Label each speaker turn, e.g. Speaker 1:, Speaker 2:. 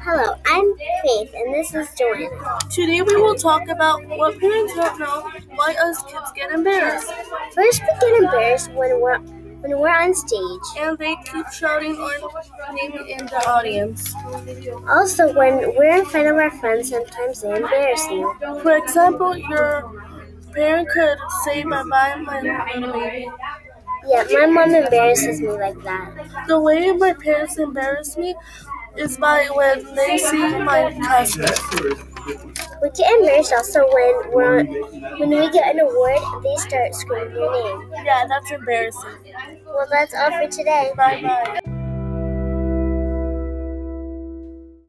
Speaker 1: Hello, I'm Faith, and this is Joanna.
Speaker 2: Today we will talk about what parents don't know why us kids get embarrassed
Speaker 1: First, we get embarrassed when we're when we're on stage.
Speaker 2: and they keep shouting our name in the audience.
Speaker 1: Also, when we're in front of our friends, sometimes they embarrass you.
Speaker 2: For example, your parent could say bye bye my little baby.
Speaker 1: Yeah, my mom embarrasses me like that.
Speaker 2: The way my parents embarrass me is by when they see my casket.
Speaker 1: We get embarrassed also when we're when we get an award, they start screaming your name.
Speaker 2: Yeah, that's embarrassing.
Speaker 1: Well, that's all for today.
Speaker 2: Bye bye.